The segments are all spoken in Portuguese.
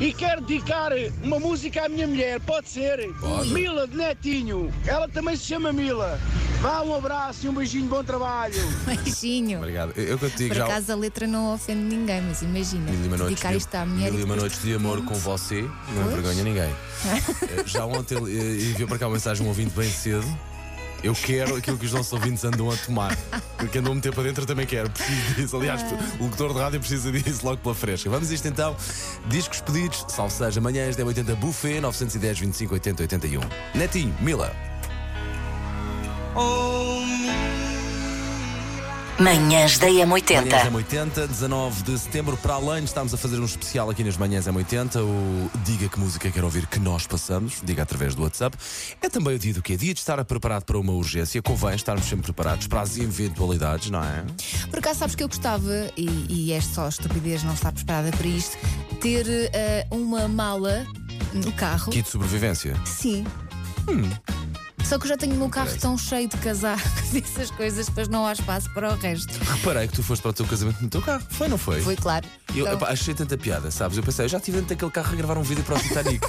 e quero dedicar uma música à minha mulher. Pode ser? Pode. Mila de Netinho. Ela também se chama Mila. Vá, um abraço e um beijinho. Bom trabalho. Baixinho. Obrigado. Eu, eu contigo Por já. acaso a letra não ofende ninguém, mas imagina. Mil e uma noites, dedicar isto à de, mulher. mil e uma noites de amor com você, não Pois. envergonha ninguém. Eh, Já ontem ele eh, enviou para cá uma mensagem um ouvinte bem cedo. Eu quero aquilo que os nossos ouvintes andam a tomar. Porque andam a meter para dentro eu também quero. Preciso disso. Aliás, Ah. o locutor de rádio precisa disso logo pela fresca. Vamos a isto então. Discos pedidos, salve seja, manhãs 1080 Buffet, 910 25 80 81. Netinho, Mila. Manhãs da Manhãs M80. M80, 19 de setembro. Para além, estamos a fazer um especial aqui nas Manhãs M80. O Diga que música quer ouvir que nós passamos, diga através do WhatsApp. É também o dia do quê? Dia de estar preparado para uma urgência. Convém estarmos sempre preparados para as eventualidades, não é? Por acaso sabes que eu gostava, e, e é só estupidez não estar preparada para isto, ter eh, uma mala no carro. Kit de sobrevivência. Sim. Hum. Só que eu já tenho o meu carro tão cheio de casacos e essas coisas, depois não há espaço para o resto. Reparei que tu foste para o teu casamento no teu carro. Foi, não foi? Foi claro. E Eu Então, epá, achei tanta piada, sabes? Eu pensei, eu já estive dentro daquele carro a gravar um vídeo para o Titanic.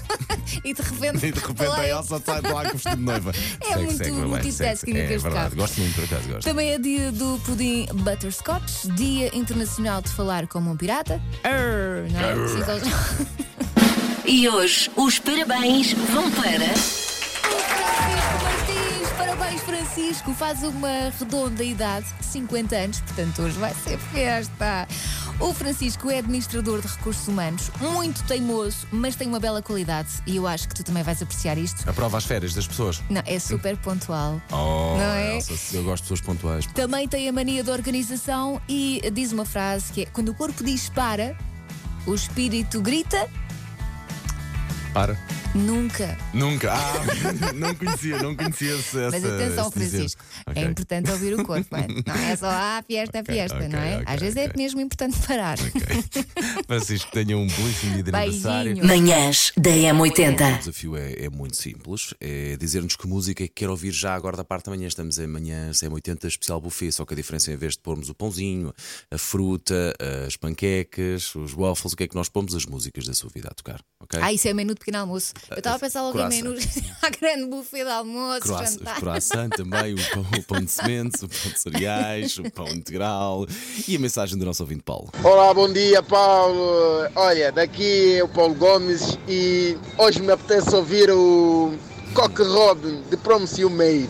e de repente. é e de repente a falei. Elsa sai de lá com o vestido de noiva. É muito meu bem, multitasking É este verdade, carro. gosto muito, por acaso gosto. Também é dia do pudim Butterscotch, dia internacional de falar como um pirata. Arr, não é? Sim, então- E hoje os parabéns vão para. Francisco Martins, parabéns Francisco, faz uma redonda idade, 50 anos, portanto hoje vai ser festa. O Francisco é administrador de recursos humanos, muito teimoso, mas tem uma bela qualidade e eu acho que tu também vais apreciar isto. Aprova as férias das pessoas. Não, é super pontual. Oh, Não é? Elsa, eu gosto de pessoas pontuais. Também tem a mania de organização e diz uma frase que é: quando o corpo diz para, o espírito grita Para. nunca. Nunca. Ah, não conhecia, não conhecia essa. Mas atenção, Francisco, é importante ouvir o corpo, é? não é só ah, fiesta, Ok, fiesta, não é? ok, Às vezes é ok. mesmo importante parar. Francisco, tenha um belíssimo dia de Beijinho. aniversário. Manhãs da O M80. desafio é, é muito simples. É dizer-nos que música é que quer ouvir já agora da parte da manhã. Estamos em manhã, M80 especial buffet. Só que a diferença é, em vez de pormos o pãozinho, a fruta, as panquecas, os waffles, o que é que nós pomos? As músicas da sua vida a tocar. Ok? Ah, isso é menu de pequeno almoço. Eu estava a pensar logo em Croissant. menu à grande buffet de almoço, Croaça- jantar. croissant também, o pão, o pão de sementes, o pão de cereais, o pão integral e a mensagem do nosso ouvinte Paulo. Olá, bom dia Paulo. Olha, daqui é o Paulo Gomes e hoje me apetece ouvir o Cock Robin de Promise You Made.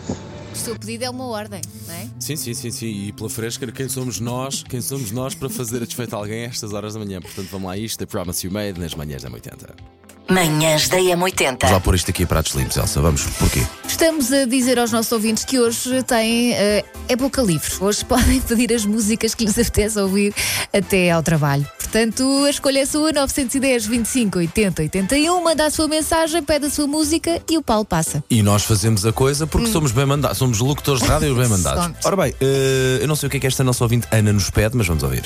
O seu pedido é uma ordem, não é? Sim, sim, sim, sim. E pela fresca, quem somos nós? Quem somos nós para fazer a desfeita a alguém a estas horas da manhã? Portanto, vamos lá a isto, The Promise You Made, nas manhãs da 80. Manhãs da Vamos lá M80. pôr isto aqui a pratos limpos, Elsa. Vamos, porquê? Estamos a dizer aos nossos ouvintes que hoje têm eh, é boca livre. Hoje podem pedir as músicas que lhes apetece ouvir até ao trabalho. Portanto, a escolha é sua, 910 25 80 81. Manda a sua mensagem, pede a sua música e o Paulo passa. E nós fazemos a coisa porque somos bem mandados, somos locutores de rádio bem mandados. Somos. Ora bem, eh, eu não sei o que é que esta nossa ouvinte Ana nos pede, mas vamos ouvir.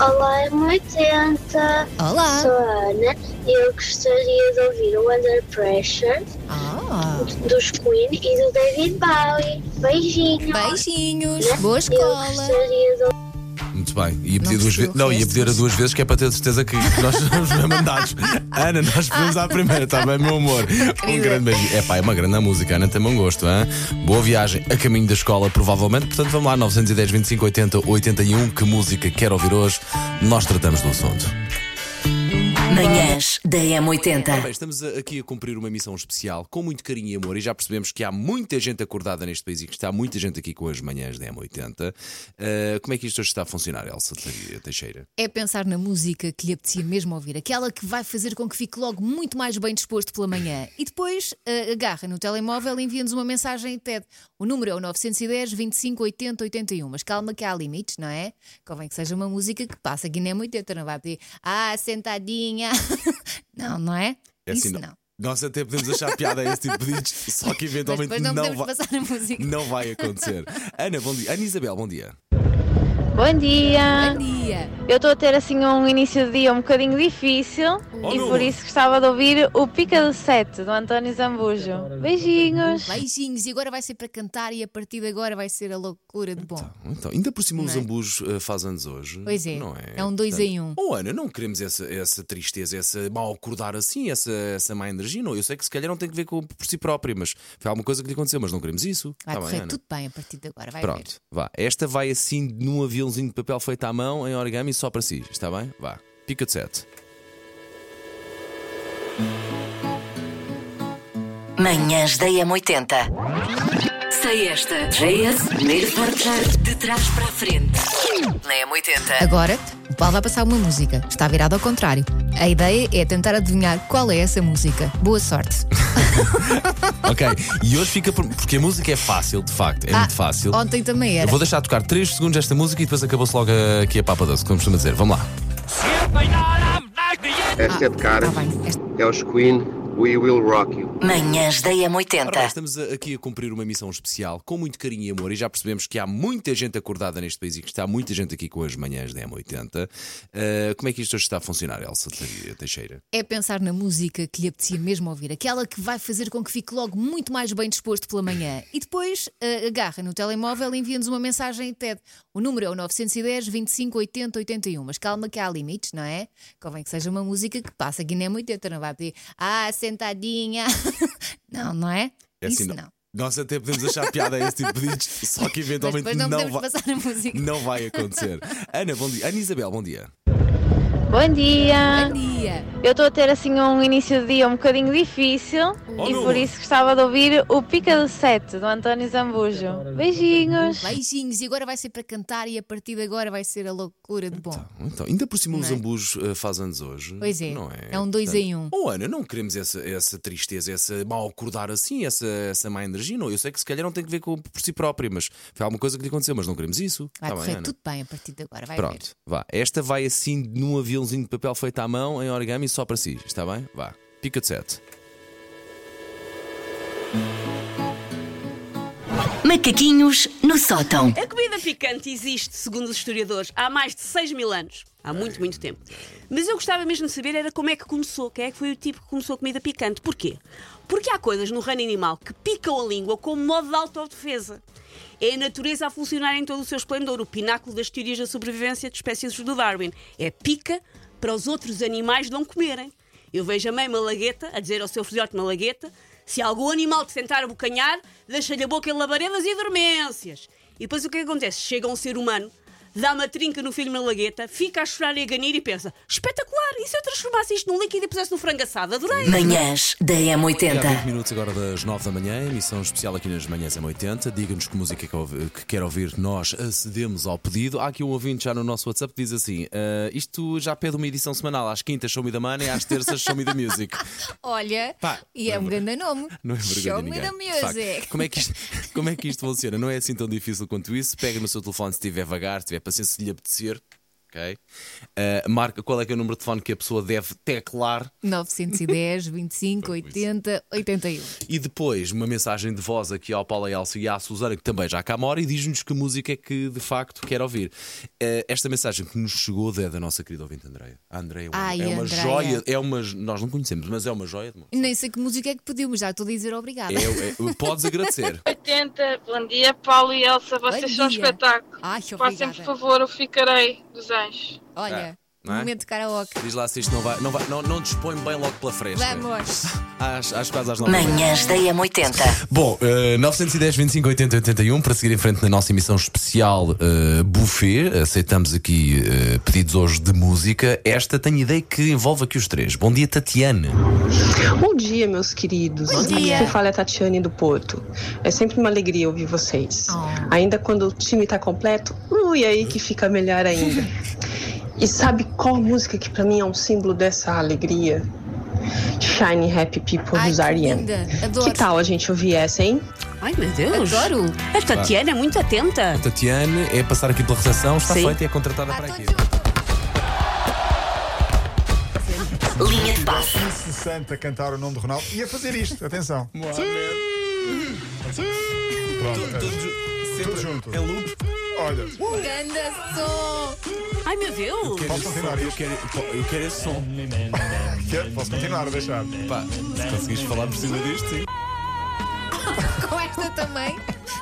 Olá, é muito atenta. Olá! Sou a Ana e eu gostaria de ouvir o Under Pressure Ah, dos Queen e do David Bowie. Beijinho. beijinhos! Boa Eu escola! gostaria de Muito bem. Ia pedir Não duas percebi vezes. o Não, ia resto, pedir a mas- duas vezes, que é para ter certeza que nós somos bem mandados. Ana, nós pedimos à primeira, está bem, meu amor? Um grande beijinho. É pá, é uma grande música, Ana, tem bom gosto, hein? Boa viagem a caminho da escola, provavelmente. Portanto, vamos lá, 910, 25, 80, 81. Que música quer ouvir hoje? Nós tratamos do assunto. Manhãs manhãs da Ora Bem, M80. estamos a- aqui a cumprir uma missão especial com muito carinho e amor e já percebemos que há muita gente acordada neste país e que está muita gente aqui com as manhãs da M80. Ah, como é que isto hoje está a funcionar, Elsa Teixeira? É pensar na música que lhe apetecia mesmo ouvir, aquela que vai fazer com que fique logo muito mais bem disposto pela manhã. E depois ah, agarra no telemóvel e envia-nos uma mensagem em TED. O número é o 910 25 80 81. Mas calma que há limites, não é? Convém que seja uma música que passa aqui nem muito tempo, não vai pedir ah, sentadinha. não, não é? É Isso assim, não. Nós até podemos achar piada a esse tipo de pedidos, só que Mas eventualmente depois não, podemos Então vai, passar a música. não vai acontecer. Ana, bom dia. Ana Isabel, bom dia. Bom dia! Bom dia. Eu estou a ter assim um início de dia um bocadinho difícil Oh, e meu por amor. isso gostava de ouvir o Pica do Sete do António Zambujo. Beijinhos! Beijinhos. E agora vai ser para cantar e a partir de agora vai ser a loucura de bom. Então, ainda por cima, os Não é? ambujos eh, faz anos hoje. Pois é. Não é? É um dois em um. Oh, Ana, não queremos essa, essa tristeza, essa mal acordar assim, essa, essa má energia. Não, eu sei que se calhar não tem que ver com, por si própria, mas foi alguma coisa que lhe aconteceu, mas não queremos isso. Vai Tá bem, correr Ana? tudo bem a partir de agora, vai ver. Pronto, vá. Esta vai assim num aviãozinho de papel feito à mão, em origami, só para si. Está bem? Vá. Pica de sete. Manhãs da M80. Sei esta. JS, primeiro forjar de trás para a frente. Na M80. Agora, o Paulo vai passar uma música. Está virada ao contrário. A ideia é tentar adivinhar qual é essa música. Boa sorte. ok, e hoje fica. por- Porque a música é fácil, de facto. É Ah, muito fácil. Ontem também Eu era. vou deixar tocar 3 segundos esta música e depois acabou-se logo eh, aqui a Papa Doce, como costuma dizer. Vamos lá. Esta é de Está caras. Tá bem. Esta- É os Queen. We will rock you. Manhãs da Ora bem, M80. estamos a- aqui a cumprir uma missão especial com muito carinho e amor e já percebemos que há muita gente acordada neste país e que está muita gente aqui com as manhãs da M80. Eh, como é que isto hoje está a funcionar, Elsa Teixeira? É pensar na música que lhe apetecia mesmo ouvir. Aquela que vai fazer com que fique logo muito mais bem disposto pela manhã. E depois ah, agarra no telemóvel e envia-nos uma mensagem em TED. O número é o 910 25 80 81. Mas calma que há limites, não é? Convém que seja uma música que passa aqui nem muito tempo, não vai pedir ah, sentadinha. não, não é? É assim, Isso não. não. Nós até podemos achar piada a esse tipo de pedidos, só que Mas eventualmente depois não, não, podemos vai, passar a música. não vai acontecer. Ana, bom dia. Ana Isabel, bom dia. Bom dia! Bom dia. Eu estou a ter assim um início de dia um bocadinho difícil Oh, e meu por amor. isso gostava de ouvir o Pica do Sete do António Zambujo. Beijinhos! Beijinhos. E agora vai ser para cantar e a partir de agora vai ser a loucura de bom. Então, ainda por cima, os Não é? ambujos eh, faz anos hoje. Pois é. Não é? É um dois Portanto, em um. Oh, Ana, não queremos essa, essa tristeza, essa mal acordar assim, essa, essa má energia. Não, eu sei que se calhar não tem que ver com, por si própria, mas foi alguma coisa que lhe aconteceu, mas não queremos isso. Vai Tá bem, correr Ana? tudo bem a partir de agora, vai ver. Pronto, vá. Esta vai assim num aviãozinho de papel feito à mão, em origami, só para si. Está bem? Vá. Pica de sete. Macaquinhos no sótão. A comida picante existe, segundo os historiadores, há mais de 6 mil anos. Há muito, muito tempo. Mas eu gostava mesmo de saber era como é que começou, quem é que foi o tipo que começou a comida picante. Porquê? Porque há coisas no reino animal que picam a língua como modo de autodefesa. É a natureza a funcionar em todo o seu esplendor, o pináculo das teorias da sobrevivência de espécies do Darwin. É pica para os outros animais não comerem. Eu vejo a mãe malagueta a dizer ao seu filhote malagueta se algum animal te tentar abocanhar, deixa-lhe a boca em labaredas e dormências. E depois o que é que acontece? Chega um ser humano, dá uma trinca no filho malagueta, fica a chorar e a ganir e pensa: espetacular! E se eu transformasse isto num líquido e pusesse no frango assado? Adorei! Manhãs da Já há 20 M80. minutos agora das 9 da manhã, emissão especial aqui nas manhãs M80. Diga-nos que música que, ouve- que quer ouvir, nós acedemos ao pedido. Há aqui um ouvinte já no nosso WhatsApp que diz assim: "Ah, Isto já pede uma edição semanal. Às quintas, show me da money, às terças, show me da music. Olha, Pá, e é um não é grande nome. Não é vergonha Show de me ninguém. the De facto. music. Como é, que isto, como é que isto funciona? Não é assim tão difícil quanto isso. Pega no seu telefone se tiver vagar, se tiver paciência, se lhe apetecer. Ok? Ah, marca qual é que é o número de telefone que a pessoa deve teclar 910, 25, 80, 81. e depois uma mensagem de voz aqui ao Paulo Elcio e à Susana, que também já cá mora, e diz-nos que música é que de facto quer ouvir. Eh, esta mensagem que nos chegou é da nossa querida ouvinte Andreia. A Andreia é uma, Ai, é uma Andreia. joia, é uma, nós não conhecemos, mas é uma joia de mão. Nem sei que música é que pediu, mas já estou a dizer obrigada. É- é- podes agradecer. 80, bom dia Paulo e Elsa, vocês Bom são um dia. espetáculo. Ai, Façam, por obrigada. favor, o Ficarei dos Anjos. Olha, Não é? Momento de karaoke. Diz lá se isto não vai. Não, vai, não, não dispõe bem logo pela fresca. Vamos. Às, às quase às nove. da manhã. Manhãs da M80. Bom, eh, 910 25 80 81 para seguir em frente na nossa emissão especial eh, Buffet. Aceitamos aqui eh, pedidos hoje de música. Esta tenho ideia que envolve aqui os três. Bom dia, Tatiane. Bom dia, meus queridos. Bom dia. Quem fala é a Tatiane do Porto. É sempre uma alegria ouvir vocês. Oh. Ainda quando o time tá completo, ui, aí que fica melhor ainda. e sabe qual música que pra mim é um símbolo dessa alegria? Shiny Happy People Ai, dos que R.E.M. linda. Adoro. Que tal a gente ouvir essa, hein? Ai, meu Deus. Adoro. A Tatiana é muito atenta. Tatiane é passar aqui pela recepção, está Sim. feita e é contratada para aqui. Linha de passe. Incessante a cantar o nome do Ronaldo e a fazer isto, atenção. Pronto, tudo junto. É loop. Olha, Ganda som. Ai, meu Deus. posso continuar Eu isto? quero, eu quero esse som. Quer- é, Posso continuar a deixar? Pá, se conseguires falar por cima disto, sim. Com esta também.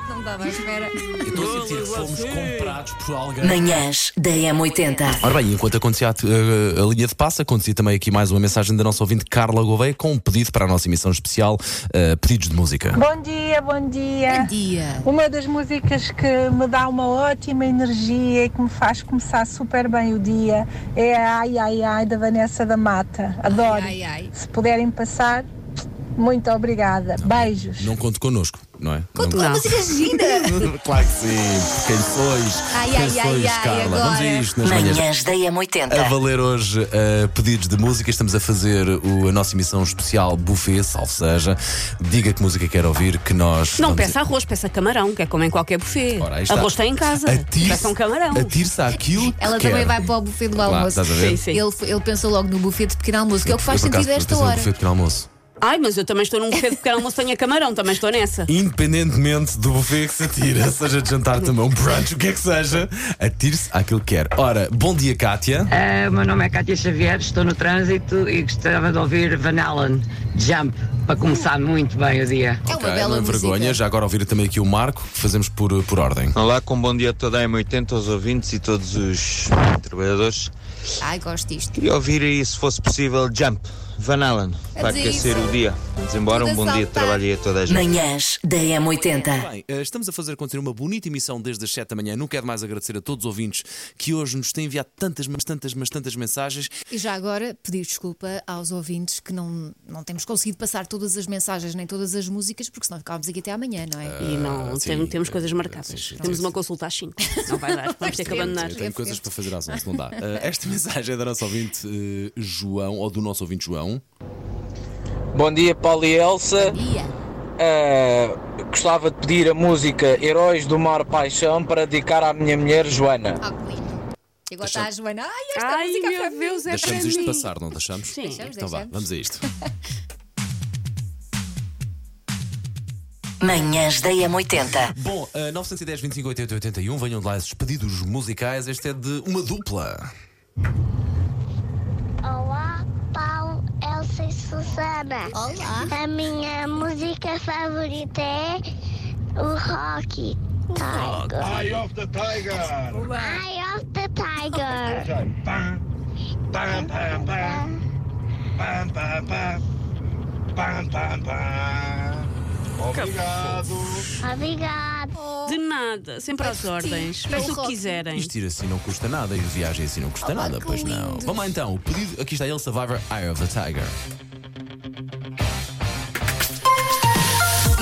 Não estava à espera. Eu estou a sentir que fomos comprados por alguém. Manhãs da M80. Ora bem, enquanto acontecia a, te- a- a linha de passo, acontecia também aqui mais uma mensagem da nossa ouvinte Carla Gouveia com um pedido para a nossa emissão especial, eh, pedidos de música. Bom dia, bom dia. Bom dia. Uma das músicas que me dá uma ótima energia e que me faz começar super bem o dia é a Ai Ai Ai da Vanessa da Mata. Adoro. Ai, ai. Se puderem passar, muito obrigada. Beijos. Não conto connosco, não é? Conta Não- Ah. uma música gira. claro que sim, canções, Ai, ai, canções, ai, ai, Carla. agora. Vamos a isto nas manhãs. Manhãs da A M80. valer hoje eh, pedidos de música, estamos a fazer o- a nossa emissão especial Buffet, salve seja. Diga que música quer ouvir, que nós. Não vamos- peça arroz, peça camarão, que é como em qualquer buffet. Ora, aí está. arroz tem em casa. Atire-se- Peça um camarão. Atire-se àquilo. que Ela também quer. vai para o buffet do Lá, almoço. estás a ver? Sim, sim. Ele, ele pensou logo no buffet de pequeno almoço, que é o que faz Eu, por acaso, sentido a esta pensei no hora. buffet de pequeno almoço. Ai, mas eu também estou num buffet de pequeno almoço, tenho camarão, também estou nessa. Independentemente do buffet que se atira, seja de jantar também, um brunch, o que é que seja, atire-se àquilo que quer. Ora, bom dia, Kátia. O meu nome é Cátia Xavier, estou no trânsito e gostava de ouvir Van Allen, Jump, para começar muito bem o dia. É uma Ok, bela não é música. vergonha, já agora ouvir também aqui o Marco, que fazemos por, por ordem. Olá, com bom dia a toda a M80, aos ouvintes e todos os trabalhadores. Ai, gosto disto. Queria ouvir aí, se fosse possível, Jump, Van Allen, para dizer aquecer isso. o dia. Vamos embora, Tudo um bom dia de assaltar. trabalho aí a toda a gente. Manhãs da M80. Bem, eh, estamos a fazer acontecer uma bonita emissão desde as 7 da manhã. Não quero mais agradecer a todos os ouvintes que hoje nos têm enviado tantas, mas tantas, mas tantas mensagens. E já agora pedir desculpa aos ouvintes que não, não temos conseguido passar todas as mensagens nem todas as músicas, porque senão ficávamos aqui até amanhã, não é? Ah, E não, tem- temos coisas marcadas. temos uma consulta às 5. Não vai dar, vamos ter que abandonar. Eu tenho coisas para fazer às 11, não dá. Eh, esta mensagem é da nossa ouvinte eh, João, ou do nosso ouvinte João. Bom dia, Paulo e Elsa. Dia. Ah, gostava de pedir a música Heróis do Mar Paixão para dedicar à minha mulher Joana. Ah, que lindo. E agora está Deixa- a Joana. Ai, esta Ai, música é para meu mim. Deus, é deixamos para isto mim. passar, não deixamos? Sim. Deixamos, então vá, deixamos. vamos a isto. Manhãs da M80. Bom, eh, 910 25 80 81, venham de lá esses pedidos musicais. Este é de uma dupla. Olá, Paulo, Elsa e Susana. Olá. A minha música favorita é o rock. Tiger. Eye of the Tiger! Eye of the Tiger. Pam, pam, pam, pam, pam, pam, pam, pam, pam, pam. Obrigado! Obrigado. De nada, sempre às ordens. Peço o que quiserem. Isto ir assim não custa nada, ir de viagem assim não custa Oh, nada, que pois não. lindo. Vamos lá então, o pedido, aqui está ele, Survivor Eye of the Tiger.